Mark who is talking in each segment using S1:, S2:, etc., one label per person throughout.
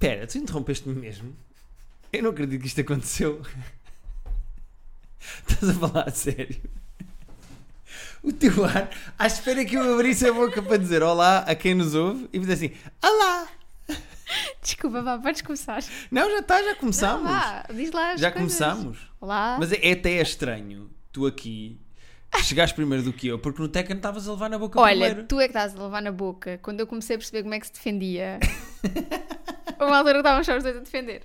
S1: Vera, tu interrompeste-me mesmo? Eu não acredito que isto aconteceu. Estás a falar a sério? O teu ar, à espera que eu abrisse a boca para dizer olá a quem nos ouve e dizer assim: Olá!
S2: Desculpa, vá, podes começar.
S1: Não, já está, já começámos.
S2: Não, vá, diz lá as
S1: já
S2: coisas.
S1: começámos.
S2: Olá.
S1: Mas é, é até estranho, tu aqui chegaste primeiro do que eu, porque no Tekken estavas a levar na boca
S2: Olha,
S1: primeiro.
S2: tu é que estás a levar na boca quando eu comecei a perceber como é que se defendia. a uma altura que estavam só os dois a defender.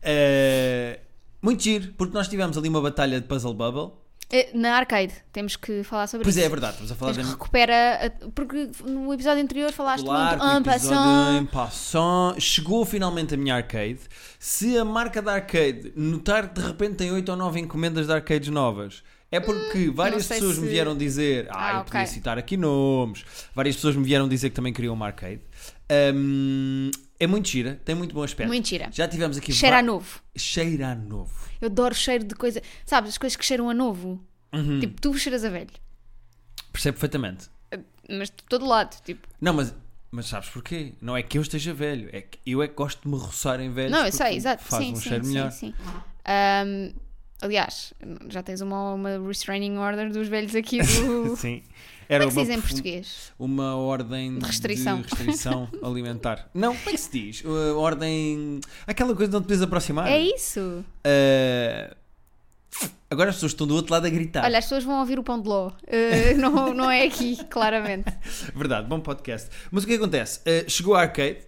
S1: Eh, muito giro, porque nós tivemos ali uma batalha de Puzzle Bubble.
S2: Eh, Na arcade, temos que falar sobre
S1: Pois
S2: isso.
S1: é, é verdade, estamos a falar
S2: Tens
S1: de
S2: que recupera. a- Porque no episódio anterior falaste
S1: Claro,
S2: muito. "Ah, é "En
S1: com o episódio em passant. Chegou finalmente a minha arcade. Se a marca da arcade notar que de repente tem 8 ou 9 encomendas de arcades novas, é porque várias
S2: Hum, sei
S1: pessoas me
S2: se-
S1: vieram dizer. Ah,
S2: Ah,
S1: eu podia
S2: ok.
S1: citar aqui nomes. Várias pessoas me vieram dizer que também queriam uma arcade. Hum, é muito gira, tem muito bom aspecto.
S2: Muito gira.
S1: Já tivemos aqui.
S2: Cheira
S1: va-
S2: a novo.
S1: Cheira a novo.
S2: Eu adoro cheiro de coisa. Sabes, as coisas que cheiram a novo.
S1: Uhum.
S2: Tipo, tu cheiras a velho.
S1: Percebo perfeitamente.
S2: Mas de todo lado. Tipo,
S1: Não, mas. Mas sabes porquê? Não é que eu esteja velho, é que eu é que gosto de me roçar em velho.
S2: Não, eu sei, exato.
S1: Faz
S2: sim,
S1: um
S2: sim,
S1: cheiro
S2: sim,
S1: melhor.
S2: sim. Ahm, aliás, já tens uma, uma restraining order dos velhos aqui do.
S1: Sim.
S2: Como
S1: Era
S2: é que se
S1: uma
S2: diz em
S1: perfu-
S2: português?
S1: Uma ordem de
S2: restrição.
S1: restrição alimentar. Não, como é que se diz? Uh, ordem. Aquela coisa de não te podes aproximar.
S2: É isso.
S1: Uh, Agora as pessoas estão do outro lado a gritar.
S2: Olha, as pessoas vão ouvir o pão de ló. Ah, não, não é aqui, claramente.
S1: Verdade, bom podcast. Mas o que acontece? Uh, chegou a arcade.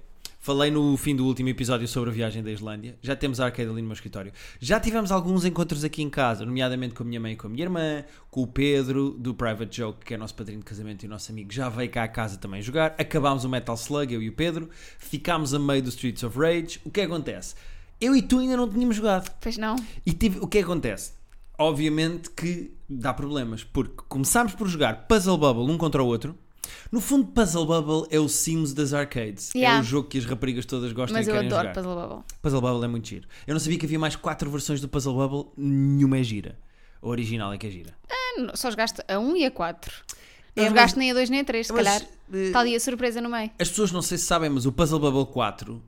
S1: Falei no fim do último episódio sobre a viagem da Islândia. Já temos a arcade ali no meu escritório. Já tivemos alguns encontros aqui em casa, nomeadamente com a minha mãe e com a minha irmã, com o Pedro do Private Joke, que é nosso padrinho de casamento e o nosso amigo, já veio cá a casa também jogar. Acabámos o Metal Slug, eu e o Pedro. Ficámos a meio do Streets of Rage. O que acontece? Eu e tu ainda não tínhamos jogado.
S2: Pois não?
S1: E tive- o que é que acontece? Obviamente que dá problemas, porque começámos por jogar Puzzle Bubble um contra o outro. No fundo, Puzzle Bubble é o Sims das arcades. É
S2: Yeah.
S1: o jogo que as raparigas todas gostam
S2: Mas
S1: e
S2: eu
S1: querem
S2: adoro
S1: jogar.
S2: Puzzle Bubble.
S1: Puzzle Bubble é muito giro. Eu não sabia que havia mais quatro versões do Puzzle Bubble, nenhuma é gira. A original é que é gira.
S2: Ah, não, Só jogaste a 1 e a 4. Não
S1: É, mas-
S2: jogaste nem a 2 nem a 3, se
S1: Mas,
S2: calhar.
S1: eh,
S2: Está ali a surpresa no meio.
S1: As pessoas não sei se sabem, mas o Puzzle Bubble 4,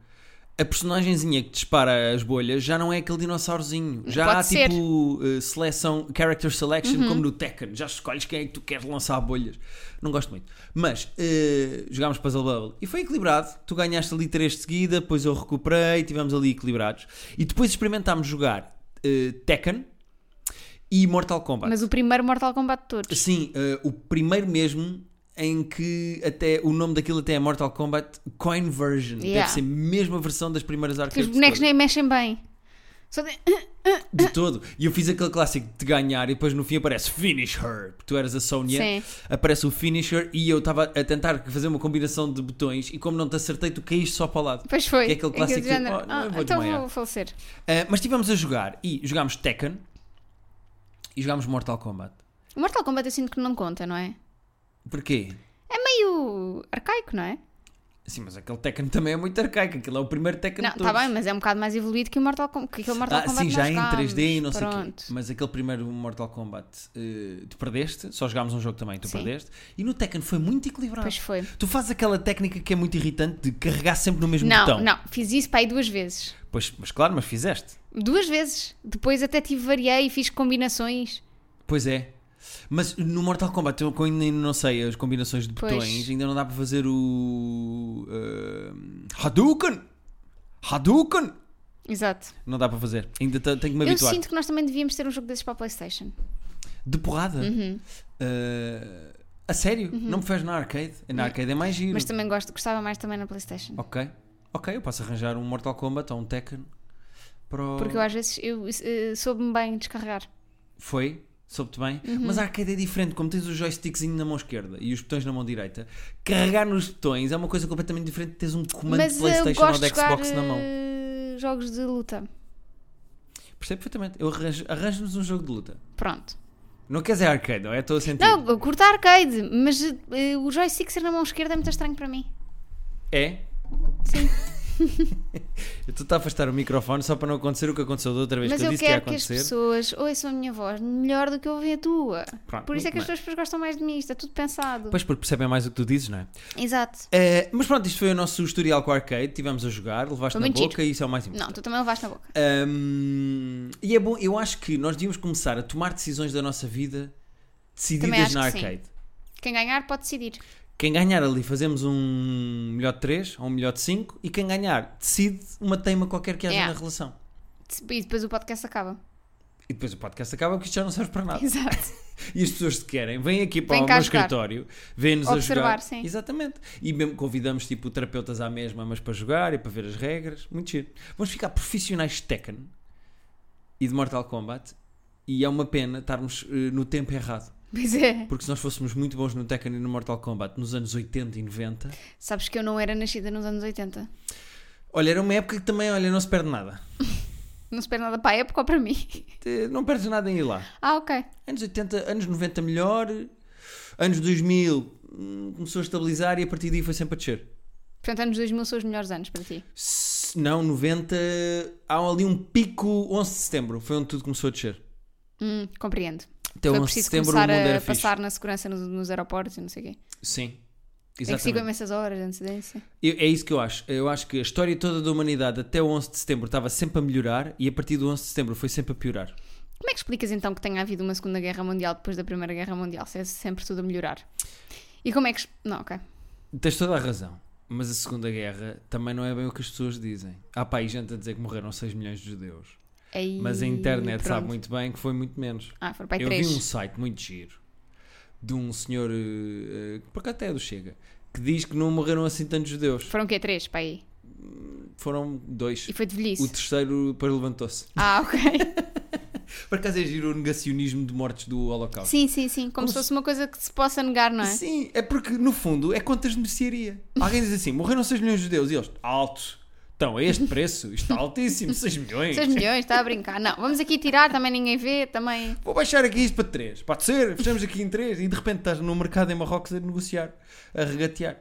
S1: a personagenzinha que dispara as bolhas já não é aquele dinossaurozinho. Já
S2: Pode
S1: há
S2: ser. Uhum.
S1: tipo eh, seleção, character selection, como no Tekken. Já escolhes quem é que tu queres lançar bolhas. Não gosto muito. Mas eh, jogámos Puzzle Bubble e foi equilibrado. Tu ganhaste ali 3 de seguida, depois eu recuperei, estivemos ali equilibrados. E depois experimentámos jogar eh, Tekken e Mortal Kombat.
S2: Mas o primeiro Mortal Kombat de todos.
S1: Sim, eh, o primeiro mesmo em que até o nome daquilo até é Mortal Kombat Coin Version.
S2: Yeah.
S1: Deve ser mesmo a versão das primeiras
S2: Que
S1: arcades
S2: os bonecos
S1: de,
S2: nem mexem bem. Só de-
S1: todo, de todo. E eu fiz aquele clássico de ganhar e depois no fim aparece Finish Her. Porque tu eras a Sonya,
S2: Sim.
S1: aparece o Finisher e eu estava a tentar fazer uma combinação de botões e como não te acertei, tu caíste só para o lado.
S2: Pois foi.
S1: Que é aquele clássico de,
S2: género,
S1: "Oh, não,
S2: "Ah,
S1: eu vou
S2: então
S1: desmaiar."
S2: vou falecer.
S1: Eh, mas estivemos a jogar e jogámos Tekken e jogámos Mortal Kombat.
S2: O Mortal Kombat eu sinto que não conta, não é?
S1: Porquê?
S2: É meio arcaico, não é?
S1: Sim, mas aquele Tekken também é muito arcaico. Aquilo é o primeiro Tekken
S2: Não,
S1: de
S2: está
S1: todos.
S2: bem, mas é um bocado mais evoluído que o Mortal Kombat. Que aquele Mortal
S1: Ah,
S2: Kombat
S1: sim,
S2: que
S1: já
S2: nós
S1: em
S2: jogámos.
S1: 3D e não sei o quê.
S2: Pronto.
S1: Mas aquele primeiro Mortal Kombat eh, tu perdeste, só jogámos um jogo também, tu
S2: Sim.
S1: perdeste. E no Tekken foi muito equilibrado.
S2: Pois foi.
S1: Tu fazes aquela técnica que é muito irritante de carregar sempre no mesmo
S2: Não,
S1: botão.
S2: não, fiz isso para aí duas vezes.
S1: Pois, mas claro, mas fizeste.
S2: Duas vezes. Depois até tive variei e fiz combinações.
S1: Pois é. Mas no Mortal Kombat, eu ainda não sei as combinações de
S2: Pois.
S1: botões, ainda não dá para fazer o. eh, Hadouken! Hadouken!
S2: Exato.
S1: Não dá para fazer. Ainda te- tenho que me
S2: Eu
S1: habituar.
S2: sinto que nós também devíamos ter um jogo desses para a PlayStation.
S1: De porrada?
S2: Uhum.
S1: Eh, a sério? Não me fez na arcade? Na arcade é mais giro.
S2: Mas também gosto, gostava mais também na PlayStation.
S1: Ok. Ok, eu posso arranjar um Mortal Kombat ou um Tekken para o...
S2: Porque eu às vezes eu, eh, soube-me bem descarregar.
S1: Foi? Soube-te bem?
S2: Uhum.
S1: Mas a arcade é diferente. Como tens o joystickzinho na mão esquerda e os botões na mão direita, carregar nos botões é uma coisa completamente diferente de teres um comando
S2: mas
S1: de
S2: eu
S1: Playstation ou
S2: gosto
S1: de
S2: de jogar
S1: Xbox na mão.
S2: eh, jogos de luta.
S1: Percebo perfeitamente. Eu arranjo- arranjo-nos um jogo de luta.
S2: Pronto.
S1: Não queres é arcade, não é? Estou a sentir.
S2: Não, eu curto a arcade, mas eh, o joystick ser na mão esquerda é muito estranho para mim.
S1: É?
S2: Sim.
S1: Eu estou a afastar o microfone só para não acontecer o que aconteceu da outra vez
S2: Mas
S1: que eu
S2: eu
S1: disse que ia
S2: quero que as
S1: acontecer.
S2: pessoas ouçam a minha voz melhor do que ouvem a tua.
S1: Pronto,
S2: Por isso é que
S1: Ah, muito
S2: as pessoas gostam mais de mim, está tudo pensado.
S1: Pois porque percebem mais o que tu dizes, não é?
S2: Exato.
S1: Eh, mas pronto, isto foi o nosso tutorial com o arcade. Tivemos a jogar, levaste
S2: Foi
S1: na
S2: muito
S1: boca e isso é o mais importante.
S2: Não, tu também levaste na boca.
S1: Hum, e é bom, eu acho que nós devíamos começar a tomar decisões da nossa vida
S2: Também
S1: decididas
S2: acho
S1: na
S2: que sim.
S1: arcade.
S2: Quem ganhar pode decidir.
S1: Quem ganhar ali fazemos um melhor de 3 ou um melhor de 5 e quem ganhar decide uma teima qualquer que haja
S2: Yeah.
S1: na relação.
S2: E depois o podcast acaba.
S1: E depois o podcast acaba porque isto já não serve para nada.
S2: Exato.
S1: E as pessoas se querem, vêm aqui para
S2: Vêm
S1: o
S2: cá
S1: meu
S2: jogar.
S1: escritório, vêm-nos a
S2: Observar,
S1: jogar.
S2: sim.
S1: Exatamente. E mesmo convidamos tipo terapeutas à mesma, mas para jogar e para ver as regras. Muito giro. Vamos ficar profissionais de Tekken e de Mortal Kombat. E é uma pena estarmos eh, no tempo errado.
S2: Pois é.
S1: Porque se nós fôssemos muito bons no Tekken e no Mortal Kombat nos anos 80 e 90,
S2: Sabes que eu não era nascida nos anos 80.
S1: olha, era uma época que também, olha, não se perde nada.
S2: Não se perde nada para a época ou para mim.
S1: Eh, Não perdes nada em ir lá.
S2: Ah, ok.
S1: Anos 80, anos 90 melhor, anos 2000 hum, começou a estabilizar e a partir daí foi sempre a descer.
S2: Portanto, anos 2000 são os melhores anos para ti.
S1: S- Não, 90, há ali um pico 11 de setembro, foi onde tudo começou a descer.
S2: Hum, compreendo.
S1: Até o
S2: Foi
S1: 11 de
S2: preciso
S1: Então, setembro o
S2: começar
S1: mundo era
S2: a
S1: fixe.
S2: passar na segurança nos, nos aeroportos e não sei o quê.
S1: Sim,
S2: É que sigo
S1: exatamente.
S2: imensas horas de antecedência.
S1: Eu- É isso que eu acho. Eu acho que a história toda da humanidade até o 11 de setembro estava sempre a melhorar e a partir do 11 de setembro foi sempre a piorar.
S2: Como é que explicas então que tenha havido uma Segunda Guerra Mundial depois da Primeira Guerra Mundial? Se é sempre tudo a melhorar. E como é que. es- Não, ok.
S1: Tens toda a razão. Mas a Segunda Guerra também não é bem o que as pessoas dizem. Há pá, aí gente a dizer que morreram 6 milhões de judeus.
S2: Aí,
S1: Mas a internet sabe
S2: pronto.
S1: muito bem que foi muito menos.
S2: Ah, foram para aí
S1: Eu vi um
S2: três.
S1: site muito giro de um senhor, eh, eh, que por acaso até é do Chega, que diz que não morreram assim tantos judeus.
S2: Foram o quê? Três para aí.
S1: Foram dois.
S2: E foi de
S1: O
S2: velhice.
S1: terceiro depois levantou-se.
S2: Ah, ok.
S1: Por acaso é giro o negacionismo de mortes do Holocausto.
S2: sim, sim, sim. Como, se fosse uma coisa que se possa negar, não é?
S1: Sim, é porque no fundo é contas de mercearia. Alguém diz assim: morreram 6 milhões de judeus e eles, alto. Então, a este preço, isto está altíssimo, 6 milhões.
S2: 6 milhões, está a brincar. Não, vamos aqui tirar, também ninguém vê, também.
S1: Vou baixar aqui isto para 3. Pode ser, fechamos aqui em 3 e de repente estás no mercado em Marrocos a negociar, a regatear.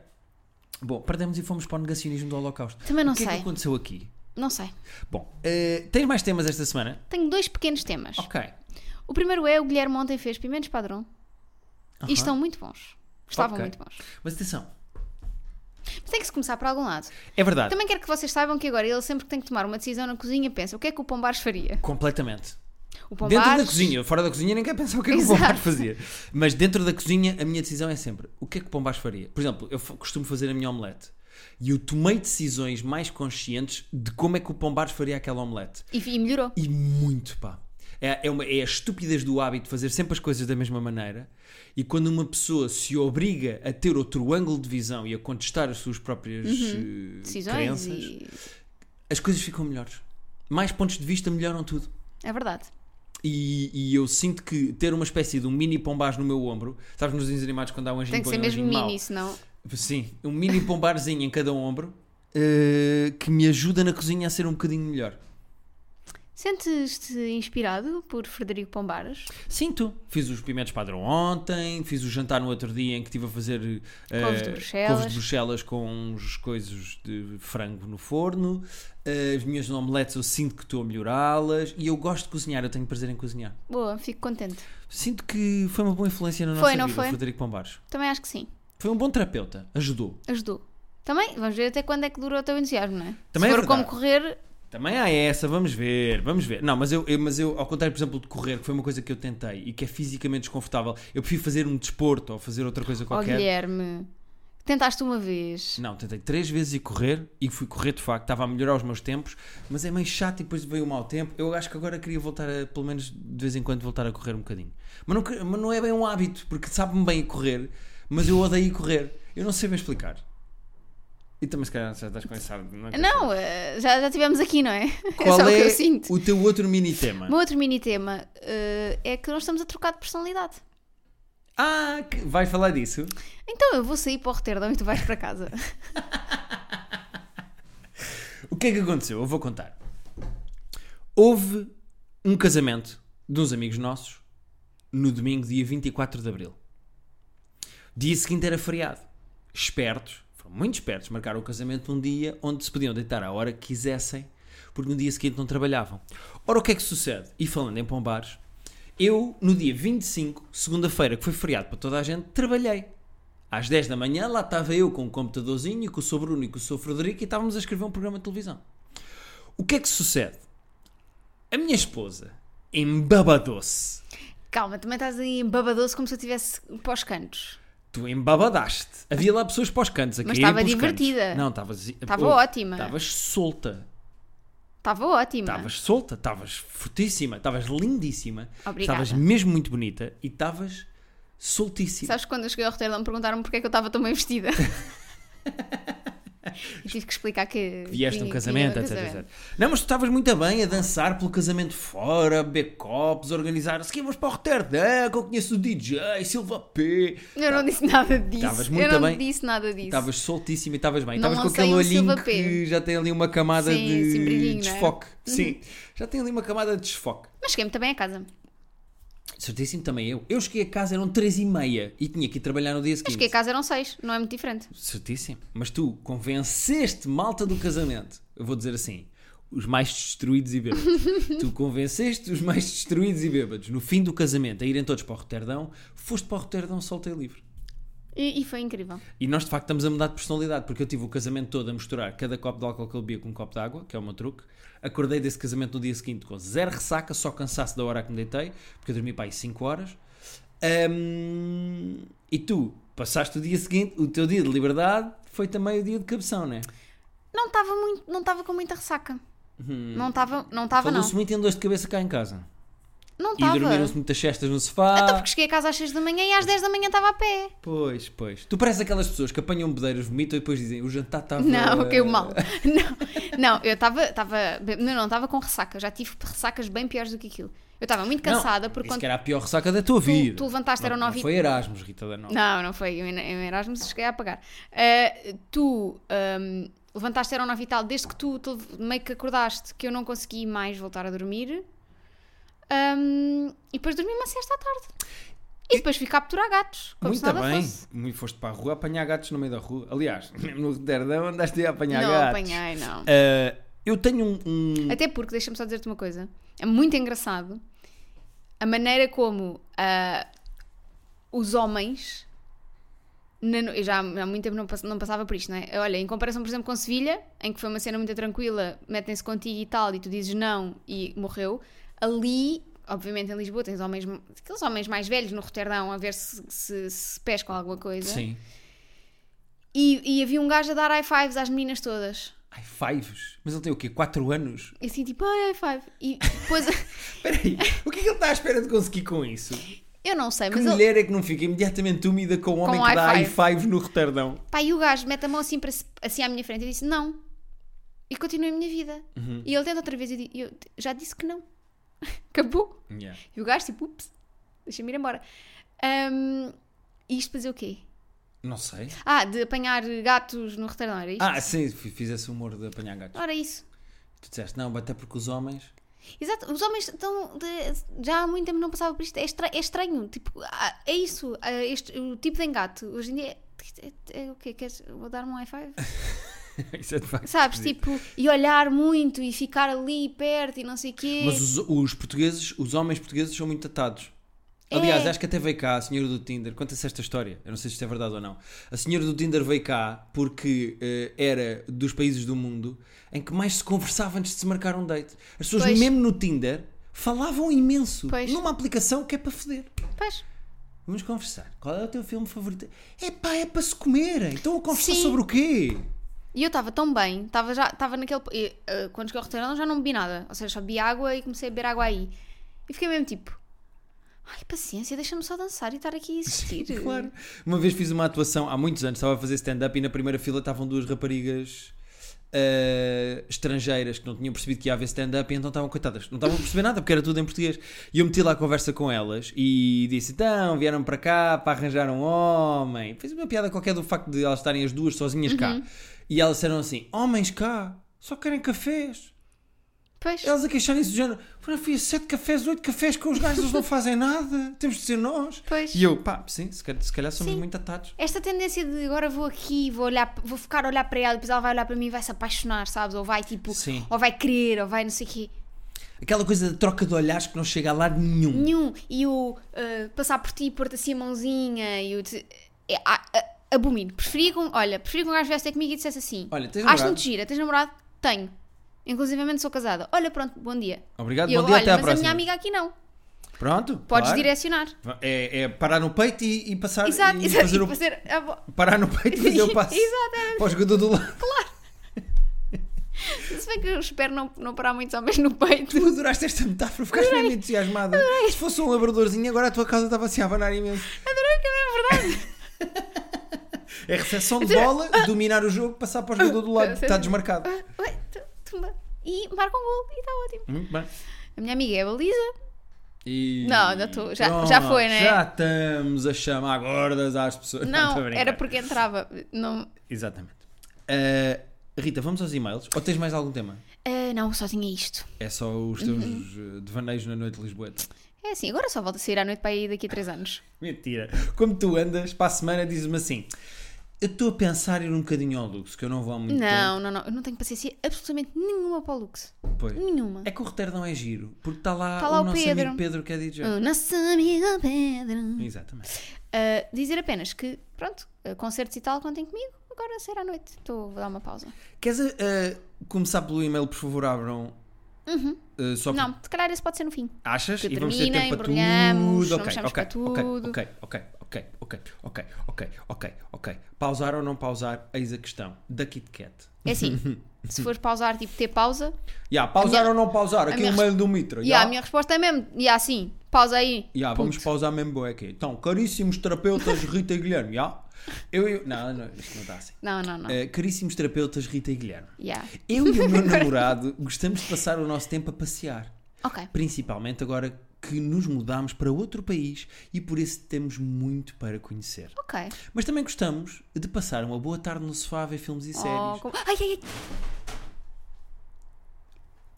S1: Bom, perdemos e fomos para o negacionismo do Holocausto.
S2: Também não
S1: o que é
S2: sei.
S1: que aconteceu aqui?
S2: Não sei.
S1: Bom, eh, tens mais temas esta semana?
S2: Tenho dois pequenos temas.
S1: Ok.
S2: O primeiro é o Guilherme ontem fez pimentos padrão
S1: Aham.
S2: e estão muito bons. Estavam
S1: Ok.
S2: muito bons.
S1: Mas atenção,
S2: Mas tem que se começar por algum lado.
S1: é verdade.
S2: Também quero que vocês saibam que agora ele sempre que tem que tomar uma decisão na cozinha pensa o que é que o Pombares faria.
S1: Completamente.
S2: O Pombares...
S1: Dentro da cozinha, fora da cozinha nem quer pensar o que é que o
S2: Exato.
S1: Pombás fazia. Mas dentro da cozinha a minha decisão é sempre o que é que o Pombás faria. Por exemplo, eu fa- costumo fazer a minha omelete. E eu tomei decisões mais conscientes de como é que o Pombás faria aquela omelete.
S2: E, e melhorou.
S1: E muito, pá. É, é, uma, é a estupidez do hábito de fazer sempre as coisas da mesma maneira. E quando uma pessoa se obriga a ter outro ângulo de visão e a contestar as suas próprias eh,
S2: Uhum. Decisões
S1: crenças,
S2: e...
S1: as coisas ficam melhores. Mais pontos de vista melhoram tudo.
S2: É verdade.
S1: E, e eu sinto que ter uma espécie de um mini pombás no meu ombro, sabes nos desenhos animados quando há um anjinho
S2: Tem que
S1: põe
S2: ser
S1: um
S2: mesmo
S1: anjinho mau?
S2: mini, senão...
S1: Sim, um mini pombarzinho em cada ombro eh, que me ajuda na cozinha a ser um bocadinho melhor.
S2: Sentes-te inspirado por Frederico Pombares?
S1: Sinto. Fiz os pimentos padrão ontem, fiz o jantar no outro dia em que estive a fazer eh,
S2: Couves de Bruxelas.
S1: couves de Bruxelas com uns coisas de frango no forno. Eh, as minhas omeletes eu sinto que estou a melhorá-las e eu gosto de cozinhar, eu tenho prazer em cozinhar.
S2: Boa, fico contente.
S1: Sinto que foi uma boa influência na
S2: Foi,
S1: nossa
S2: não
S1: vida, o
S2: foi?
S1: Frederico Pombares.
S2: Também acho que sim.
S1: Foi um bom terapeuta, ajudou.
S2: Ajudou. Também, vamos ver até quando é que dura o teu entusiasmo, não é?
S1: Também é
S2: Se for
S1: verdade.
S2: como correr,
S1: Também há essa, vamos ver, vamos ver. Não, mas eu, eu- mas eu, ao contrário, por exemplo, de correr, que foi uma coisa que eu tentei e que é fisicamente desconfortável, eu prefiro fazer um desporto ou fazer outra coisa
S2: ó
S1: qualquer.
S2: Guilherme, tentaste uma vez.
S1: Não, tentei três vezes ir correr e fui correr de facto, estava a melhorar os meus tempos, mas é meio chato e depois veio o mau tempo. Eu acho que agora queria voltar a, pelo menos de vez em quando, voltar a correr um bocadinho. Mas não, que- mas não é bem um hábito, porque sabe-me bem ir correr, mas eu odeio ir correr. Eu não sei bem explicar. E também se calhar já estás com essa. é que-
S2: Não, eh, já, já tivemos aqui, não é? é
S1: Qual
S2: só o
S1: é,
S2: que eu sinto.
S1: o teu outro mini tema?
S2: O meu outro mini tema eh, é que nós estamos a trocar de personalidade.
S1: Ah, que- vais falar disso?
S2: Então eu vou sair para o Roterdão e tu vais para casa.
S1: O que é que aconteceu? Eu vou contar. Houve um casamento de uns amigos nossos no domingo, dia 24 de abril. Dia seguinte era feriado. Espertos, foram muito espertos, marcaram o casamento num dia onde se podiam deitar à hora que quisessem, porque no dia seguinte não trabalhavam. Ora, o que é que sucede? E falando em pombares, eu, no dia 25, segunda-feira, que foi feriado para toda a gente, trabalhei. Às 10 da manhã, lá estava eu com o computadorzinho, e com o seu Bruno e com o seu Frederico e estávamos a escrever um programa de televisão. O que é que sucede? A minha esposa embabadou-se.
S2: Calma, também estás aí embabadoso como se eu estivesse para os cantos.
S1: Tu embabadaste. Havia lá pessoas para os cantos. A
S2: Mas
S1: caírem
S2: estava
S1: pelos
S2: divertida.
S1: cantos. Não, estavas...
S2: Estava
S1: Oh,
S2: ótima.
S1: Estavas solta.
S2: Estava ótima.
S1: Estavas solta, estavas fortíssima, estavas lindíssima.
S2: Obrigada.
S1: Estavas mesmo muito bonita e estavas soltíssima.
S2: Sabes que quando eu cheguei ao Roterdão perguntaram-me porque é que eu estava tão bem vestida. e tive que explicar que.
S1: Vieste
S2: que
S1: um
S2: vinha- vinha
S1: casamento,
S2: de um
S1: etc, etc.
S2: casamento.
S1: Não, mas tu estavas muito bem a dançar pelo casamento fora, a beber copos, a organizar. Se vamos para o Roterdã, que eu conheço o DJ, Silva P.
S2: Eu não disse nada disso.
S1: Tá. Estavas muito
S2: eu não
S1: bem.
S2: disse nada disso.
S1: Estavas soltíssima e estavas bem.
S2: Não
S1: Estavas com
S2: lancei
S1: aquele
S2: um
S1: olhinho
S2: Silva P.
S1: que já tem ali uma camada
S2: Sim,
S1: de
S2: sim, brilhinho, não é?
S1: desfoque. Sim, já tem ali uma camada de desfoque.
S2: Mas cheguei-me também a casa.
S1: Certíssimo também eu. Eu cheguei a casa, eram três e meia e tinha que ir trabalhar no dia
S2: Mas
S1: seguinte.
S2: cheguei a casa eram seis, não é muito diferente.
S1: Certíssimo. Mas tu convenceste malta do casamento. Eu vou dizer assim: os mais destruídos e bêbados. tu convenceste os mais destruídos e bêbados no fim do casamento a irem todos para o Roterdão. Foste para o Roterdão solta e livre.
S2: E, e foi incrível.
S1: E nós de facto estamos a mudar de personalidade, porque eu tive o casamento todo a misturar cada copo de álcool que eu bebia com um copo de água, que é o meu truque. Acordei desse casamento no dia seguinte com zero ressaca, só cansaço da hora que me deitei, porque eu dormi para aí 5 horas. Ahm, e tu passaste o dia seguinte, o teu dia de liberdade foi também o dia de cabeção, né?
S2: Não estava muito, não estava com muita ressaca. Não estava, não estava não.
S1: Hum. Falou-se muito em dores de cabeça cá em casa.
S2: Não
S1: E
S2: estava.
S1: dormiram-se muitas cestas no sofá.
S2: Até Então, porque cheguei a casa às 6 da manhã e às 10 da manhã estava a pé.
S1: Pois, pois. Tu pareces aquelas pessoas que apanham bedeiras, vomitam e depois dizem o jantar estava.
S2: Não, caiu mal. Não, não eu estava. estava bem- Não, não, estava com ressaca. Já tive ressacas bem piores do que aquilo. Eu estava muito cansada
S1: não,
S2: porque
S1: isso
S2: quando.
S1: que era a pior ressaca da tua vida.
S2: tu levantaste, era
S1: Não- não
S2: nove e-
S1: Foi Erasmus, Rita da Nova.
S2: Não, não foi. Eu em em Erasmus cheguei a apagar. Ah, tu ahm, levantaste era nove e tal, desde que tu te lev- meio que acordaste que eu não consegui mais voltar a dormir. Ahm, e depois dormi uma sexta à tarde. E depois fui capturar gatos. Como se
S1: Muito
S2: nada
S1: bem.
S2: fosse.
S1: Muito foste para a rua apanhar gatos no meio da rua. Aliás, mesmo no Roterdão andaste aí a apanhar
S2: Não
S1: gatos.
S2: apanhei, não.
S1: Ah, eu tenho um. um-
S2: Até porque, deixa-me só dizer-te uma coisa, é muito engraçado a maneira como ah, os homens. na no- eu já há muito tempo não, pass- não passava por isto, não é? Olha, em comparação, por exemplo, com Sevilha, em que foi uma cena muito tranquila, metem-se contigo e tal, e tu dizes não e morreu. Ali, obviamente, em Lisboa, tens homens, aqueles homens mais velhos no Roterdão a ver se, se, se pescam alguma coisa.
S1: Sim.
S2: E, e havia um gajo a dar high fives às meninas todas.
S1: Ai, fives. Mas ele tem o quê? 4 anos?
S2: E assim, tipo, ai, high five. E depois.
S1: Espera aí. O que é que ele está à espera de conseguir com isso?
S2: Eu não sei,
S1: Que
S2: mas ele...
S1: mulher é que não fica imediatamente úmida com um homem
S2: um
S1: que dá high
S2: high five.
S1: fives no Roterdão?
S2: Pá, e o gajo mete a mão assim, para, assim à minha frente e disse não. E continuei a minha vida. E ele tenta outra vez e eu di- eu, t- já disse que não. Acabou.
S1: Yeah.
S2: E o gajo tipo, ups, deixa-me ir embora. Ahm, e isto fazer o quê?
S1: Não sei.
S2: Ah, de apanhar gatos no Roterdão, era isto?
S1: Ah, sim, f- fiz esse humor de apanhar gatos.
S2: Ora isso.
S1: Tu disseste, não, até porque os homens.
S2: Exato, os homens estão. de- já há muito tempo não passava por isto. É, estra- é estranho. Tipo, ah, é isso. ah, este- o tipo de engato. Hoje em dia. É, é- é o quê? Queres, vou dar um high five?
S1: Isso é de facto
S2: Sabes,
S1: esquisito.
S2: tipo, e olhar muito e ficar ali perto e não sei o quê.
S1: Mas os, os portugueses, os homens portugueses são muito atados.
S2: É.
S1: Aliás, acho que até veio cá a senhora do Tinder. Conta-se esta história. Eu não sei se isto é verdade ou não. A senhora do Tinder veio cá porque eh, era dos países do mundo em que mais se conversava antes de se marcar um date. As pessoas,
S2: Pois.
S1: mesmo no Tinder, falavam imenso.
S2: Pois.
S1: Numa aplicação que é para foder.
S2: Pois,
S1: Vamos conversar. Qual é o teu filme favorito? É pá, é para se comerem. Então a conversar
S2: Sim.
S1: sobre o quê?
S2: e eu estava tão bem, estava já, estava naquele. e, eh, quando cheguei ao restaurante já não bebi nada, ou seja, só bebi água e comecei a beber água aí. E fiquei mesmo tipo, ai paciência, deixa-me só dançar e estar aqui a existir.
S1: Claro. Uma vez fiz uma atuação, há muitos anos, estava a fazer stand-up e na primeira fila estavam duas raparigas ah, estrangeiras que não tinham percebido que ia haver stand-up e então estavam coitadas. Não estavam a perceber nada porque era tudo em português. E eu meti lá a conversa com elas e disse: então, vieram para cá para arranjar um homem. Fiz uma piada qualquer do facto de elas estarem as duas sozinhas cá. E elas disseram assim: homens cá, só querem cafés.
S2: Pois.
S1: Elas a queixarem-se do género, "Pô, fui a sete cafés, oito cafés com os gajos, eles não fazem nada, temos de ser nós.
S2: Pois.
S1: E eu, pá, sim, se calhar, se calhar somos
S2: Sim.
S1: muito atados.
S2: Esta tendência de agora vou aqui, vou olhar, vou ficar a olhar para ela e depois ela vai olhar para mim e vai se apaixonar, sabes? Ou vai tipo,
S1: Sim.
S2: ou vai querer, ou vai não sei o quê.
S1: Aquela coisa de troca de olhares que não chega a lado nenhum.
S2: Nenhum. E o ah, passar por ti e pôr-te assim a mãozinha e o. te- É, ah, ah, abomino. Preferia com. Olha, preferia que um gajo viesse ter comigo e dissesse assim.
S1: Olha, tens
S2: Acho
S1: namorado?
S2: muito gira, tens namorado? Tenho. Inclusivamente sou casada. Olha, pronto, bom dia.
S1: Obrigado,
S2: E
S1: bom
S2: eu,
S1: dia,
S2: olha,
S1: até à
S2: mas
S1: próxima.
S2: a minha amiga aqui não.
S1: Pronto,
S2: Podes
S1: claro.
S2: direcionar.
S1: É, é parar no peito e, e passar.
S2: Exato,
S1: e
S2: exato.
S1: fazer
S2: e
S1: o-
S2: fazer a vo-
S1: Parar no peito e fazer o passo.
S2: Exatamente.
S1: Para o jogador do lado.
S2: Se bem que eu espero não, não parar muitos homens no peito.
S1: Tu adoraste esta metáfora, ficaste mesmo entusiasmada. Se fosse um labradorzinho, agora a tua casa estava assim a abanar imenso.
S2: Adorei que é verdade.
S1: É recepção de bola, dominar o jogo, passar para o jogador do lado, está desmarcado.
S2: Ah, ué, tu- tu ma- E marca um gol e está ótimo.
S1: Muito bem.
S2: A minha amiga é a baliza.
S1: E-
S2: Não, já tô- já- já foi, né?
S1: Já estamos a chamar gordas às pessoas. tô
S2: Não,
S1: a brincar.
S2: era porque entrava. Não,
S1: Exatamente. Ah, Rita, vamos aos e-mails? Ou tens mais algum tema?
S2: Ah, não, só tinha isto.
S1: É só os teus
S2: Uhum.
S1: eh, devaneios na noite de Lisboeta.
S2: É assim, agora só volto a sair à noite para ir daqui a 3 anos.
S1: Mentira. Como tu andas, para a semana dizes-me assim: Eu estou a pensar em ir um bocadinho ao luxo, que eu não vou há muito
S2: Não, não, não. Eu não tenho paciência absolutamente nenhuma para o Lux.
S1: tempo. Pois.
S2: Nenhuma.
S1: É que o roteiro não é giro, porque está lá,
S2: Está Tá lá
S1: o
S2: o
S1: nosso
S2: Pedro. Uhum.
S1: amigo Pedro que é DJ.
S2: O nosso amigo Pedro.
S1: Exatamente.
S2: Ah, dizer apenas que, pronto, ah, concertos e tal contem comigo. Agora sair à noite. Estou, vou dar uma pausa.
S1: Queres eh, começar pelo e-mail, por favor, abram. Eh, só
S2: Uhum. Não, se calhar esse pode ser no fim.
S1: Achas?
S2: Que
S1: e vamos ter
S2: termina,
S1: tempo para
S2: embrulhamos,
S1: tudo.
S2: não
S1: Ok,
S2: fechamos
S1: ok,
S2: para
S1: ok,
S2: tudo.
S1: ok, ok, ok, ok, ok, ok, ok, ok. Pausar ou não pausar, eis a questão. Da Kit Kat.
S2: É assim, se fores pausar, tipo, ter pausa.
S1: Yeah, pausar
S2: minha-
S1: ou não pausar? Aqui
S2: minha
S1: o
S2: res-
S1: mail do Mitra.
S2: E
S1: yeah.
S2: a minha resposta é mesmo, e yeah, assim, pausa aí.
S1: Ya, vamos
S2: Puto.
S1: pausar mesmo bué aqui. Então, caríssimos terapeutas Rita e Guilherme, ya? Eu, eu- Não, não, isto não está assim.
S2: Não, não, não.
S1: Eh, caríssimos terapeutas Rita e Guilherme.
S2: Yeah.
S1: Eu e o meu namorado gostamos de passar o nosso tempo a passear.
S2: Ok.
S1: Principalmente agora que nos mudámos para outro país e por isso temos muito para conhecer.
S2: Ok.
S1: Mas também gostamos de passar uma boa tarde no sofá a ver filmes e
S2: Oh,
S1: séries.
S2: como- Ai, ai, ai.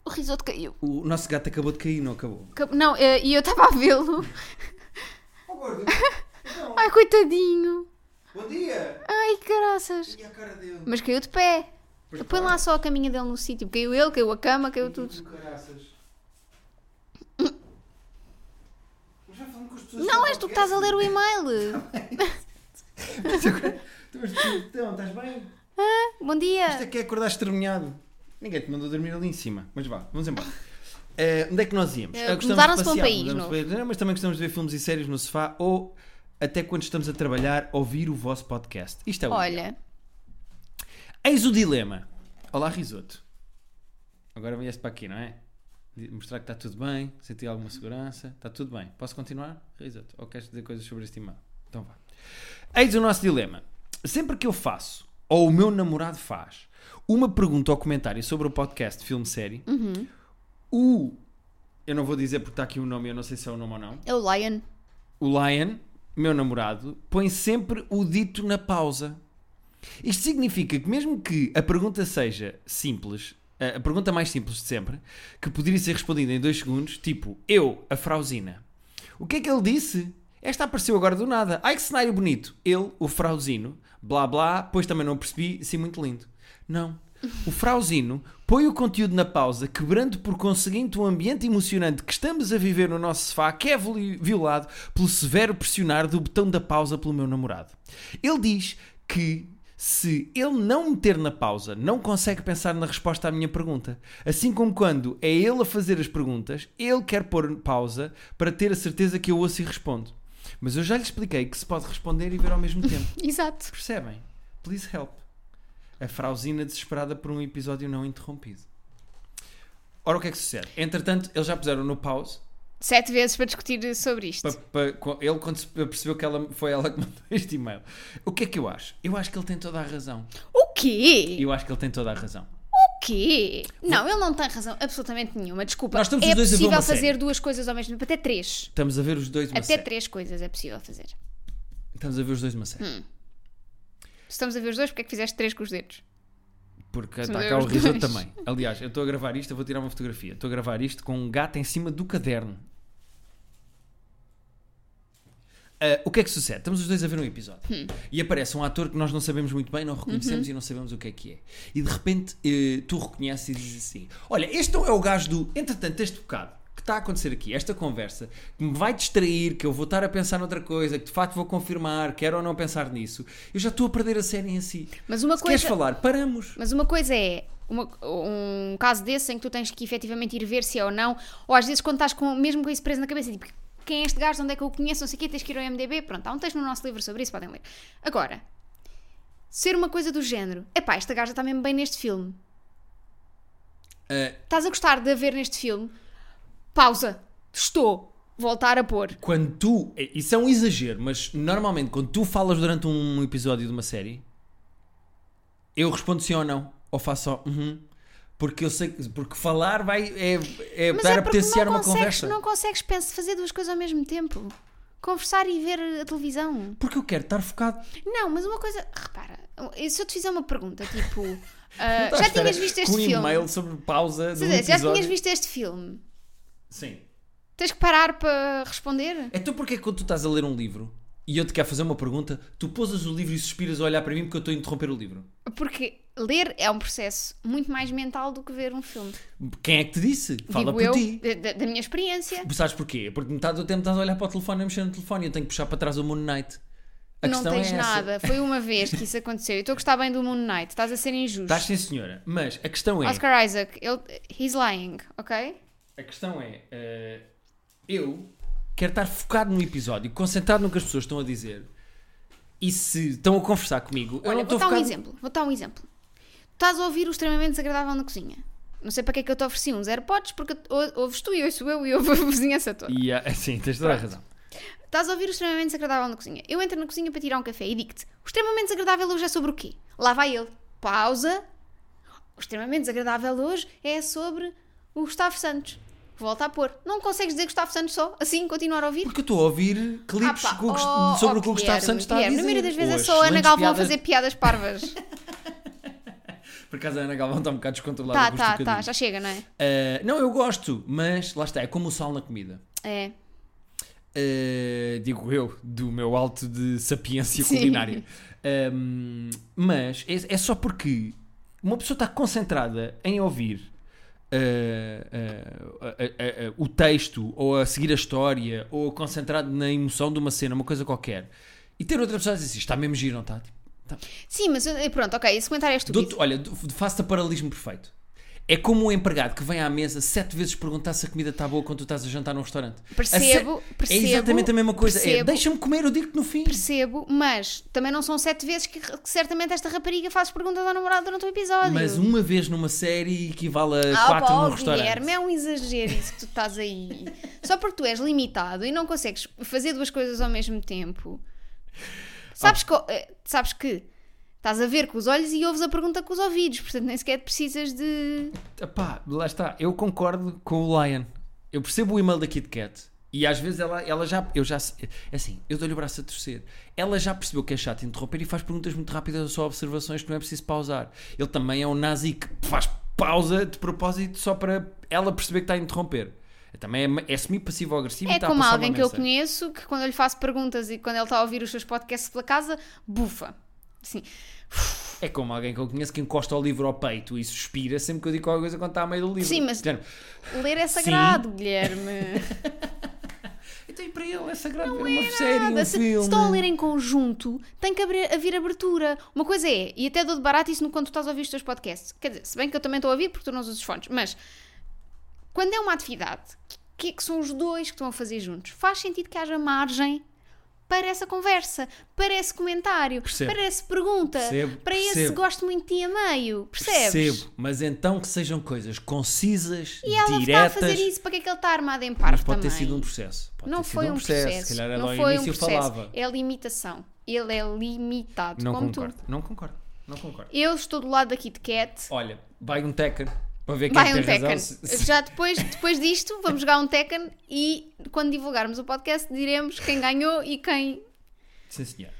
S2: O risoto caiu.
S1: O nosso gato acabou de cair, não acabou?
S2: Ca- Não, eh, e eu estava a vê-lo. Ai, coitadinho.
S1: Oh, Bom dia!
S2: Ai, caraças.
S1: E a cara dele?
S2: Mas caiu de pé.
S1: Pois Hum.
S2: Põe lá só a caminha dele no sítio. Caiu ele, caiu a cama, caiu tudo. Não, és tu que estás a ler o e-mail.
S1: Então, estás bem?
S2: Bom dia.
S1: Isto é que é acordar estremunhado. Ninguém te mandou dormir ali em cima. Mas vá, vamos embora. Eh, onde é que nós íamos?
S2: Eh,
S1: Ah, gostamos de
S2: mudaram-se para um
S1: passear,
S2: país
S1: mudamos
S2: novo.
S1: de país. Não, mas também gostamos de ver filmes e séries no sofá ou, até quando estamos a trabalhar, ouvir o vosso podcast. Isto é o ideal.
S2: Olha,
S1: Eis o dilema. Olá, risoto. Agora vieste para aqui, não é? De- Mostrar que está tudo bem, sentir alguma segurança. Está tudo bem. Posso continuar, risoto? Ou queres dizer coisas sobre este e-mail? Então vá. Eis o nosso dilema. Sempre que eu faço, ou o meu namorado faz, uma pergunta ou comentário sobre o podcast filme-série, o... Eu não vou dizer porque está aqui o nome, eu não sei se é o nome ou não.
S2: é o Lion.
S1: O Lion, meu namorado, põe sempre o dito na pausa. Isto significa que, mesmo que a pergunta seja simples, eh, a a pergunta mais simples de sempre, que poderia ser respondida em dois segundos, tipo eu, a Frauzina. O que é que ele disse? Esta apareceu agora do nada. Ai que cenário bonito! Ele, o Frauzino, blá blá, pois também não percebi, sim, muito lindo. Não. O Frauzino põe o conteúdo na pausa, quebrando por conseguinte o ambiente emocionante que estamos a viver no nosso sofá, que é voli- violado pelo severo pressionar do botão da pausa pelo meu namorado. Ele diz que se ele não meter na pausa, não consegue pensar na resposta à minha pergunta. Assim como quando é ele a fazer as perguntas, ele quer pôr pausa para ter a certeza que eu ouço e respondo. Mas eu já lhe expliquei que se pode responder e ver ao mesmo tempo.
S2: Exato.
S1: Percebem? Please help. A frauzina desesperada por um episódio não interrompido. Ora, o que é que sucede? Entretanto, eles já puseram no pause.
S2: Sete vezes para discutir sobre isto.
S1: pa- pa- co- ele, quando se percebeu que ela, foi ela que mandou este e-mail. O que é que eu acho? Eu acho que ele tem toda a razão.
S2: O quê?
S1: Eu acho que ele tem toda a razão.
S2: O quê? Não, ele não tem razão absolutamente nenhuma. Desculpa.
S1: Nós estamos
S2: é
S1: os dois a ver
S2: possível
S1: uma
S2: fazer
S1: série.
S2: duas coisas ao mesmo tempo, até três.
S1: Estamos a ver os dois uma
S2: até
S1: série.
S2: três coisas é possível fazer. Se
S1: Estamos a ver os dois uma série.
S2: estamos a ver os dois, porque é que fizeste três com os dedos?
S1: Porque
S2: São
S1: está cá o
S2: os
S1: riso
S2: dois.
S1: também. Aliás, eu estou a gravar isto, eu vou tirar uma fotografia. Estou a gravar isto com um gato em cima do caderno. Ah, o que é que sucede? Estamos os dois a ver um episódio
S2: Hum.
S1: e aparece um ator que nós não sabemos muito bem, não
S2: Uhum.
S1: reconhecemos e não sabemos o que é que é. E de repente eh, tu reconheces e dizes assim: Olha, este não é o gajo do. Entretanto, este bocado que está a acontecer aqui, esta conversa, que me vai distrair, que eu vou estar a pensar noutra coisa, que de facto vou confirmar, quero ou não pensar nisso, eu já estou a perder a série em si.
S2: Mas uma
S1: Se
S2: coisa.
S1: queres falar, paramos.
S2: Mas uma coisa é uma- um caso desse em que tu tens que efetivamente ir ver se é ou não, ou às vezes quando estás com, mesmo com isso preso na cabeça, tipo, quem é este gajo, onde é que eu o conheço, não sei o quê, tens que ir ao MDB, pronto, há um texto no nosso livro sobre isso, podem ler. Agora, ser uma coisa do género, epá, esta gaja está mesmo bem neste filme,
S1: Ah,
S2: estás a gostar de a ver neste filme, pausa, estou, voltar a pôr.
S1: quando tu. eh, Isso é um exagero, mas normalmente quando tu falas durante um episódio de uma série, eu respondo sim ou não. Ou faço só. "Uhum", porque eu sei que. Porque falar vai. É, é
S2: Mas
S1: dar
S2: é
S1: a
S2: porque
S1: potenciar
S2: não
S1: uma
S2: consegues,
S1: conversa.
S2: não consegues pensa, fazer duas coisas ao mesmo tempo. Conversar e ver a televisão.
S1: Porque eu quero estar focado.
S2: Não, mas uma coisa, repara, se eu te fizer uma pergunta, tipo,
S1: Não
S2: ah,
S1: estou à
S2: já
S1: espera
S2: tinhas visto este
S1: que um
S2: filme?
S1: e-mail sobre pausa de
S2: Se
S1: um
S2: eu dissesse, já
S1: episódio.
S2: tinhas visto este filme?
S1: Sim.
S2: Tens que parar para responder?
S1: Então porquê que quando tu estás a ler um livro e eu te quero fazer uma pergunta, tu pousas o livro e suspiras a olhar para mim porque eu estou a interromper o livro?
S2: Porque ler é um processo muito mais mental do que ver um filme.
S1: Quem é que te disse? Fala
S2: Digo
S1: por
S2: eu,
S1: ti.
S2: da- da, da minha experiência.
S1: Sabes porquê? Porque metade do tempo estás a olhar para o telefone e a mexer no telefone e eu tenho que puxar para trás o Moon Knight. A
S2: não
S1: questão
S2: tens
S1: é essa.
S2: nada. Foi uma vez que isso aconteceu. Eu estou a gostar bem do Moon Knight. Estás a ser injusto.
S1: Estás Tá, sim, senhora. Mas a questão é.
S2: Oscar Isaac, ele, he's lying, ok?
S1: A questão é. eh, eu quero estar focado no episódio, concentrado no que as pessoas estão a dizer. E se estão a conversar comigo, eu não
S2: Olha, vou
S1: estou
S2: dar um
S1: focado.
S2: exemplo. Vou dar um exemplo. Estás a ouvir o extremamente desagradável na cozinha. Não sei para que é que eu te ofereci uns AirPods, porque ou- ouves tu e ouço eu e ouvo a vizinhança toda.
S1: E, ah, sim, tens toda a razão.
S2: Estás a ouvir o extremamente desagradável na cozinha. Eu entro na cozinha para tirar um café e digo-te: o extremamente desagradável hoje é sobre o quê? Lá vai ele. Pausa. O extremamente desagradável hoje é sobre o Gustavo Santos. Volta a pôr. Não consegues dizer Gustavo Santos só? Assim, continuar a ouvir?
S1: Porque eu estou a ouvir clipes
S2: Ah pá,
S1: com o Gust-
S2: oh,
S1: sobre
S2: oh,
S1: o que o
S2: Guilherme,
S1: Gustavo Santos está a
S2: Guilherme,
S1: dizer.
S2: Na maioria das vezes
S1: Ou
S2: é só a Ana
S1: excelentes
S2: Galvão a
S1: piadas-
S2: fazer piadas parvas.
S1: Por acaso a Ana Galvão está um bocado descontrolada.
S2: tá,
S1: eu gosto um
S2: tá,
S1: bocadinho.
S2: tá. Já chega, não é?
S1: Eh, não, eu gosto, mas lá está, é como o sal na comida.
S2: É.
S1: Uh, digo eu, do meu alto de sapiência
S2: Sim.
S1: culinária. Um, mas é, é só porque uma pessoa está concentrada em ouvir uh, uh, uh, uh, uh, uh, o texto ou a seguir a história ou concentrado na emoção de uma cena, uma coisa qualquer, e ter outra pessoa a dizer assim, está mesmo giro, não está? Tipo, tá.
S2: Sim, mas eh, pronto, ok, esse comentário é estúpido.
S1: Dou-te- olha, do- faço-te a paralelismo perfeito. É como um empregado que vem à mesa sete vezes perguntar se a comida está boa quando tu estás a jantar num restaurante. A
S2: Percebo,
S1: se-
S2: percebo,
S1: É exatamente a mesma coisa. É,
S2: percebo.
S1: deixa-me comer, eu digo-te no fim.
S2: Percebo, mas também não são sete vezes que, que certamente esta rapariga faz perguntas ao namorado durante o episódio.
S1: Mas uma vez numa série equivale a
S2: Ah,
S1: quatro
S2: pá,
S1: num
S2: oh, Guilherme,
S1: restaurante.
S2: é um exagero isso que tu estás aí. Só porque tu és limitado e não consegues fazer duas coisas ao mesmo tempo. Sabes, co- eh, sabes que estás a ver com os olhos e ouves a pergunta com os ouvidos, portanto nem sequer precisas de.
S1: Epá, lá está. Eu concordo com o Lion. Eu percebo o e-mail da Kit Kat. E às vezes ela, ela já. Eu já é assim, eu dou-lhe o braço a torcer. Ela já percebeu que é chato interromper e faz perguntas muito rápidas ou só observações que não é preciso pausar. Ele também é um nazi que faz pausa de propósito só para ela perceber que está a interromper. Também é, é semi-passivo-agressivo e
S2: É
S1: está
S2: como
S1: a passar
S2: alguém
S1: uma
S2: que eu
S1: mensagem.
S2: conheço que quando eu lhe faço perguntas e quando ele está a ouvir os seus podcasts pela casa, bufa. Assim,
S1: É como alguém que eu conheço que encosta o livro ao peito e suspira sempre que eu digo qualquer coisa quando está a meio do livro.
S2: Sim, mas-
S1: Género,
S2: Ler é sagrado, Guilherme.
S1: Então, e para ele é sagrado ver uma série, um
S2: Nada. se, se
S1: filme.
S2: estão a ler em conjunto, tem que abrir- haver abertura. Uma coisa é, e até dou de barato isso no quando tu estás a ouvir os teus podcasts. Quer dizer, se bem que eu também estou a ouvir porque tu não usas os fones, mas quando é uma atividade, o que é que são os dois que estão a fazer juntos? Faz sentido que haja margem para essa conversa, para esse comentário,
S1: Percebo.
S2: para essa pergunta,
S1: Percebo,
S2: para esse
S1: percebo.
S2: gosto muito de ti a meio. Percebes?
S1: Percebo, mas então que sejam coisas concisas,
S2: E ela está a
S1: diretas.
S2: fazer isso, para que é que ele está armado em
S1: Mas
S2: parte
S1: pode
S2: também?
S1: ter sido um processo. Pode
S2: não
S1: ter
S2: foi
S1: sido
S2: um processo.
S1: Se calhar ela
S2: não
S1: ao
S2: foi um
S1: início
S2: processo.
S1: falava.
S2: É limitação. Ele é limitado,
S1: Não
S2: como
S1: concordo,
S2: tu.
S1: não concordo, não concordo.
S2: Eu estou do lado da Kit Kat.
S1: Olha, vai um Tekken para ver quem
S2: Vai
S1: tem
S2: um Tekken.
S1: razão. se- se-
S2: Já depois, depois disto, vamos jogar um Tekken e quando divulgarmos o podcast diremos quem ganhou e quem.
S1: Sim, senhor.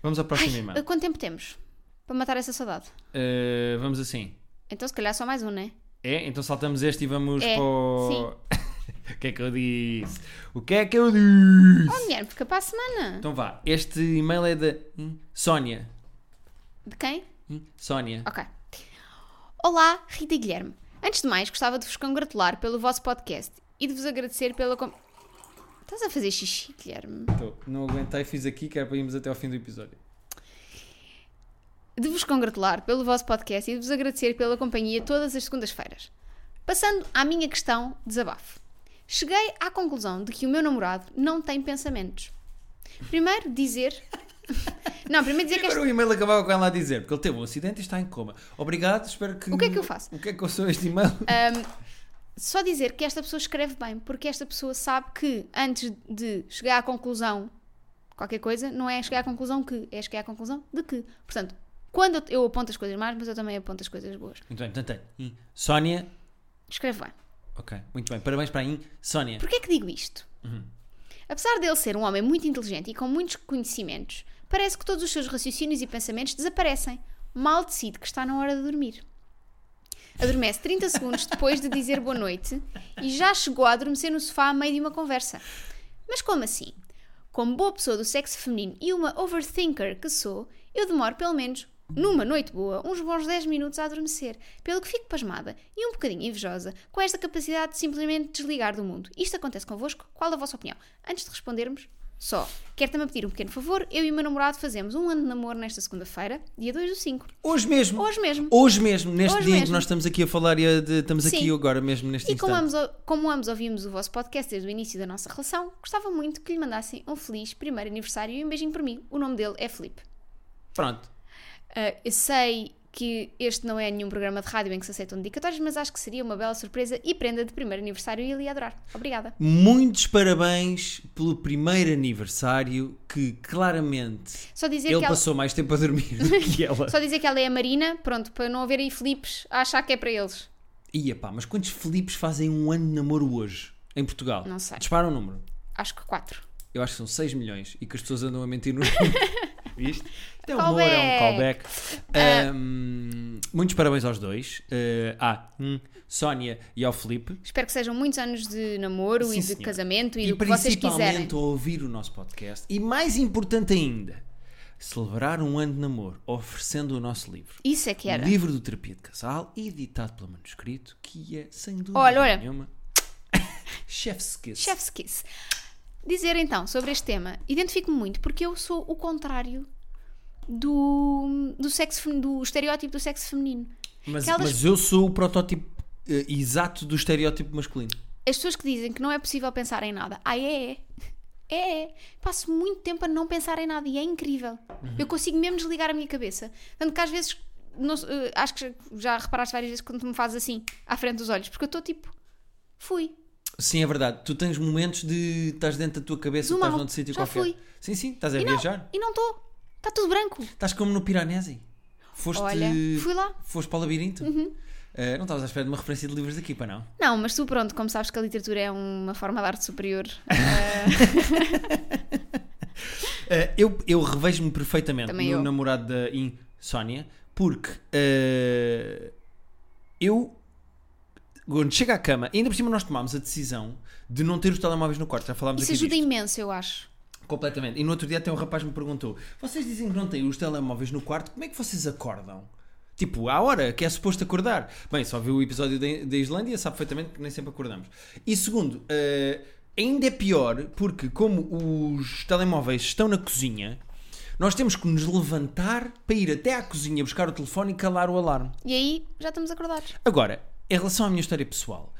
S1: Vamos ao próximo e-mail.
S2: Quanto tempo temos? para matar essa saudade.
S1: Eh, vamos assim.
S2: Então, se calhar, só mais um, né?
S1: É? Então saltamos este e vamos
S2: É,
S1: para o... o que é que eu disse? O que é que eu disse?
S2: Oh, mulher, fica para a semana.
S1: Então vá, este e-mail é da hum, Sónia.
S2: De quem?
S1: Hum, Sónia.
S2: Ok. Olá, Rita e Guilherme. Antes de mais, gostava de vos congratular pelo vosso podcast e de vos agradecer pela. Com... Estás a fazer xixi, Guilherme?
S1: Tô, Não aguentei, fiz aqui, que era para irmos até ao fim do episódio.
S2: de vos congratular pelo vosso podcast e de vos agradecer pela companhia todas as segundas-feiras. Passando à minha questão, desabafo. Cheguei à conclusão de que o meu namorado não tem pensamentos. Primeiro dizer. Não, primeiro dizer que
S1: Agora
S2: este...
S1: o e-mail acabava com ela a dizer, porque ele teve um acidente e está em coma. Obrigado, espero que.
S2: O que é que eu faço? Ah.
S1: O que é que eu sou este e-mail?
S2: só dizer que esta pessoa escreve bem, porque esta pessoa sabe que antes de chegar à conclusão qualquer coisa, não é chegar à conclusão que, é chegar à conclusão de que. Portanto, quando eu- eu aponto as coisas más, mas eu também aponto as coisas boas.
S1: Muito bem, portanto, é, hum, Sónia.
S2: Escreve bem.
S1: Ok, muito bem. Parabéns para a hum, Sónia.
S2: Porquê é que digo isto? Apesar dele ser um homem muito inteligente e com muitos conhecimentos, parece que todos os seus raciocínios e pensamentos desaparecem. Mal decide que está na hora de dormir. Adormece 30 segundos depois de dizer boa noite e já chegou a adormecer no sofá a meio de uma conversa. Mas como assim? Como boa pessoa do sexo feminino e uma overthinker que sou, eu demoro pelo menos, numa noite boa, uns bons 10 minutos a adormecer, pelo que fico pasmada e um bocadinho invejosa com esta capacidade de simplesmente desligar do mundo. Isto acontece convosco? Qual a vossa opinião? Antes de respondermos, só, quero também pedir um pequeno favor, eu e o meu namorado fazemos um ano de namoro nesta segunda-feira, dia 2 do 5.
S1: Hoje mesmo.
S2: Hoje mesmo.
S1: Hoje mesmo, neste
S2: Hoje
S1: dia em que
S2: mesmo.
S1: nós estamos aqui a falar e a de- estamos aqui
S2: Sim.
S1: agora mesmo neste
S2: E como
S1: instante.
S2: ambos, como ambos ouvimos o vosso podcast desde o início da nossa relação, gostava muito que lhe mandassem um feliz primeiro aniversário e um beijinho por mim. O nome dele é Felipe.
S1: Pronto.
S2: Ah, eu sei que este não é nenhum programa de rádio em que se aceitam dedicatórios, mas acho que seria uma bela surpresa e prenda de primeiro aniversário e ele ia adorar. Obrigada.
S1: Muitos parabéns pelo primeiro aniversário que claramente
S2: Só dizer,
S1: ele
S2: que ela,
S1: passou mais tempo a dormir do que ela.
S2: só dizer que ela é a Marina, pronto, para não haver aí Filipes a achar que é para eles.
S1: Ia pá, mas quantos Filipes fazem um ano de namoro hoje em Portugal?
S2: Não sei.
S1: Dispara um número.
S2: Acho que quatro.
S1: Eu acho que são 6 milhões e que as pessoas andam a mentir no número. Viste? Isto é humor, é um
S2: Callback. Ah.
S1: callback. Ahm, muitos parabéns aos dois. eh, à hum, Sónia e ao Filipe.
S2: Espero que sejam muitos anos de namoro
S1: Sim,
S2: e de
S1: senhora.
S2: casamento e,
S1: E
S2: do que vocês quiserem.
S1: principalmente a ouvir o nosso podcast. E mais importante ainda, celebrar um ano de namoro oferecendo o nosso livro.
S2: Isso é que era.
S1: O livro do Terapia de Casal, editado pelo manuscrito, que é, sem dúvida
S2: Olha, olha.
S1: nenhuma, chef's kiss.
S2: Chef's Kiss. Dizer então sobre este tema, identifico-me muito porque eu sou o contrário do, do, sexo, fem- do estereótipo do sexo feminino.
S1: Mas,
S2: Aquelas-
S1: mas eu sou o protótipo eh, exato do estereótipo masculino.
S2: As pessoas que dizem que não é possível pensar em nada. Ah, é, é. É, é. Passo muito tempo a não pensar em nada e é incrível. Eu consigo mesmo desligar a minha cabeça. Tanto que às vezes, não se- eh, acho que já reparaste várias vezes quando tu me fazes assim, à frente dos olhos, porque eu estou tipo, fui.
S1: Sim, é verdade. Tu tens momentos de estás dentro da tua cabeça,
S2: Zoom
S1: estás
S2: out.
S1: noutro sítio
S2: Já
S1: qualquer.
S2: fui.
S1: Sim, sim, estás a
S2: E não,
S1: viajar.
S2: e não estou. Está tudo branco.
S1: Estás como no Piranesi. Foste,
S2: Olha, fui Uhum. lá.
S1: foste para o labirinto. Eh, não estavas à espera de uma referência de livros daqui, para não?
S2: Não, mas tu, pronto, como sabes que a literatura é uma forma de arte superior.
S1: Eh, eu eu revejo-me perfeitamente
S2: Também
S1: no
S2: eu.
S1: namorado da In- Sónia, porque eh, eu, quando chego à cama, ainda por cima nós tomámos a decisão de não ter os telemóveis no quarto. Já falámos
S2: Isso
S1: aqui
S2: ajuda
S1: disto.
S2: imenso, eu acho.
S1: Completamente. E no outro dia até um rapaz me perguntou: vocês dizem que não têm os telemóveis no quarto, como é que vocês acordam? Tipo, à hora que é suposto acordar. Bem, só viu o episódio da da Islândia, sabe perfeitamente que nem sempre acordamos. E segundo, eh, ainda é pior porque, como os telemóveis estão na cozinha, nós temos que nos levantar para ir até à cozinha buscar o telefone e calar o alarme.
S2: E aí já estamos acordados.
S1: Agora, em relação à minha história pessoal,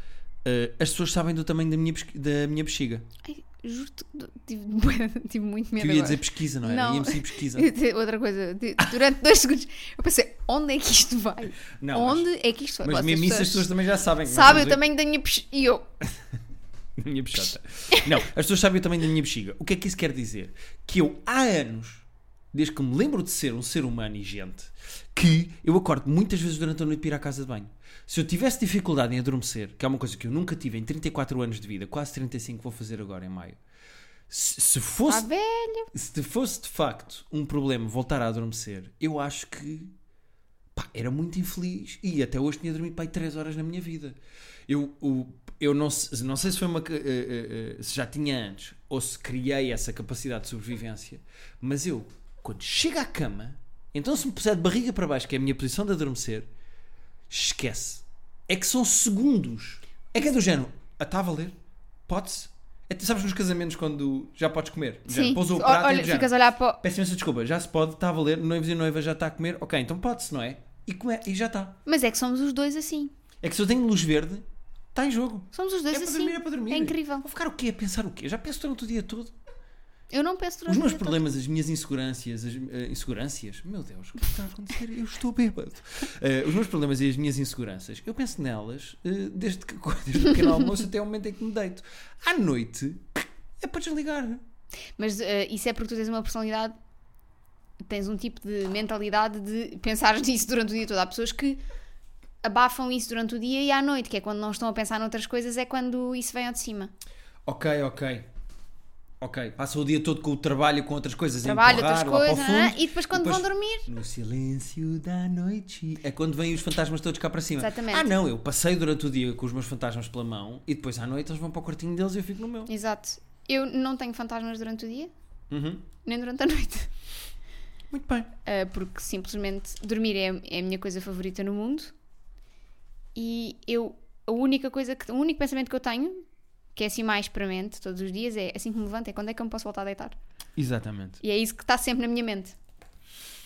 S1: eh, as pessoas sabem do tamanho da minha, pesqui- da minha bexiga.
S2: Ai, juro-te, tive, bué- tive muito medo.
S1: Que eu ia
S2: agora.
S1: dizer pesquisa, não era?
S2: Não.
S1: Ia-me dizer pesquisa.
S2: Outra coisa, de- durante dois segundos eu pensei, onde é que isto vai?
S1: Não, mas-
S2: onde é que isto vai?
S1: Mas
S2: Vocês
S1: mesmo isso as
S2: pessoas
S1: pessoas também já sabem. que nós
S2: Sabem o
S1: estamos
S2: tamanho da minha pes- E eu, "Ah,
S1: aqui- da minha bichota. Não, as pessoas sabem o tamanho da minha bexiga. O que é que isso quer dizer? Que eu, há anos, desde que me lembro de ser um ser humano e gente, que eu acordo muitas vezes durante a noite para ir à casa de banho. Se eu tivesse dificuldade em adormecer, que é uma coisa que eu nunca tive em 34 anos de vida, quase 35 vou fazer agora em maio, se, se
S2: pá,
S1: fosse
S2: velho.
S1: se te fosse de facto um problema voltar a adormecer, eu acho que pá, era muito infeliz e até hoje tinha dormido pá, 3 horas na minha vida. Eu, o- eu não, se- não sei se foi uma ca- eh, eh, eh, se já tinha antes ou se criei essa capacidade de sobrevivência, mas eu, quando chego à cama, então se me puser de barriga para baixo, que é a minha posição de adormecer, esquece. É que são segundos. É que é do género, ah, está a valer? Pode-se? É, tu sabes nos casamentos quando já podes comer? Do género,
S2: Sim,
S1: Pousou o
S2: O-
S1: prato e é
S2: olha,
S1: do género.
S2: ficas a olhar para. o-
S1: Peço imensa desculpa, já se pode, está a valer, noivos e noiva já está a comer, ok, então pode-se, não é? E, come- e já está.
S2: Mas é que somos os dois assim.
S1: É que se eu tenho luz verde, está em jogo.
S2: Somos os dois
S1: é para
S2: assim.
S1: dormir, é para dormir.
S2: incrível.
S1: Vou ficar o quê? A pensar o quê? Eu Já penso durante o dia todo.
S2: Eu não peço
S1: Os
S2: durante
S1: meus
S2: o dia todo.
S1: problemas, as minhas inseguranças, as eh, inseguranças, meu Deus, o que está a acontecer? Eu estou bêbado. Eh, os meus problemas e as minhas inseguranças, eu penso nelas eh, desde que desde o pequeno almoço até o momento em que me deito. À noite, é para desligar.
S2: Mas eh, isso é porque tu tens uma personalidade, tens um tipo de mentalidade de pensar nisso durante o dia todo. Há pessoas que abafam isso durante o dia e à noite, que é quando não estão a pensar noutras coisas, é quando isso vem ao de cima.
S1: Ok, ok. Ok, passa o dia todo com o trabalho e com outras coisas. a
S2: Trabalho,
S1: empurrar
S2: outras
S1: lá para o
S2: coisas, né?
S1: fundo.
S2: e depois quando
S1: depois-
S2: vão dormir.
S1: No silêncio da noite. É quando vêm os fantasmas todos cá para cima.
S2: Exatamente.
S1: Ah, não, eu passei durante o dia com os meus fantasmas pela mão e depois à noite eles vão para o quartinho deles e eu fico no meu.
S2: Exato. Eu não tenho fantasmas durante o dia,
S1: Uhum.
S2: nem durante a noite.
S1: Muito bem.
S2: Uh, porque simplesmente dormir é, é a minha coisa favorita no mundo e eu a única coisa que o único pensamento que eu tenho que é assim mais para a mente todos os dias é assim que me levanto é quando é que eu me posso voltar a deitar
S1: Exatamente.
S2: e é isso que está sempre na minha mente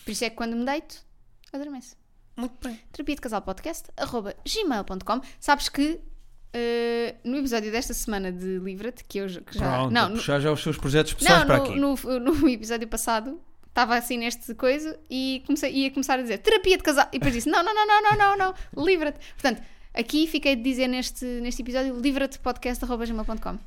S2: por isso é que quando me deito adormeço
S1: Muito bem.
S2: terapia de casal podcast arroba gmail.com sabes que uh, no episódio desta semana de Livra-te que eu j- que já
S1: Pronto,
S2: não,
S1: não,
S2: no-
S1: puxar já os seus projetos pessoais
S2: não,
S1: para
S2: no,
S1: aqui.
S2: no- no episódio passado estava assim neste coisa e comecei, ia começar a dizer terapia de casal. E depois disse: não, não, não, não, não, não, não, livra-te. Portanto, aqui fiquei de dizer neste, neste episódio: livra-te podcast.gmail.com.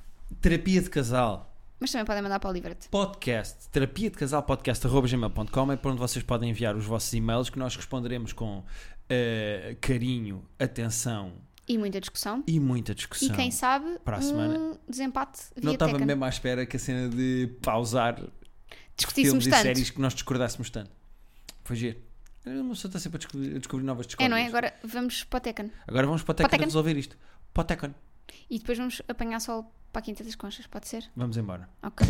S1: Terapia de casal.
S2: Mas também podem mandar para o livra-te.
S1: podcast, terapia de casal podcast arroba gmail.com é para onde vocês podem enviar os vossos e-mails que nós responderemos com eh, carinho, atenção
S2: E muita discussão.
S1: e muita discussão.
S2: E quem sabe,
S1: Para a
S2: um
S1: semana.
S2: desempate via
S1: Não estava
S2: teca.
S1: mesmo à espera que a cena de pausar filmes
S2: Discutíssemos
S1: e
S2: tanto.
S1: séries que nós discordássemos tanto. Foi giro. Uma pessoa está sempre a descobrir, a descobrir
S2: É,
S1: novas discórdias.
S2: não é? Agora vamos para o Tekken.
S1: Agora vamos para o Tekken
S2: Potecan.
S1: resolver isto. Para o Tekken.
S2: E depois vamos apanhar sol para a Quinta das Conchas, pode ser?
S1: Vamos embora.
S2: Ok.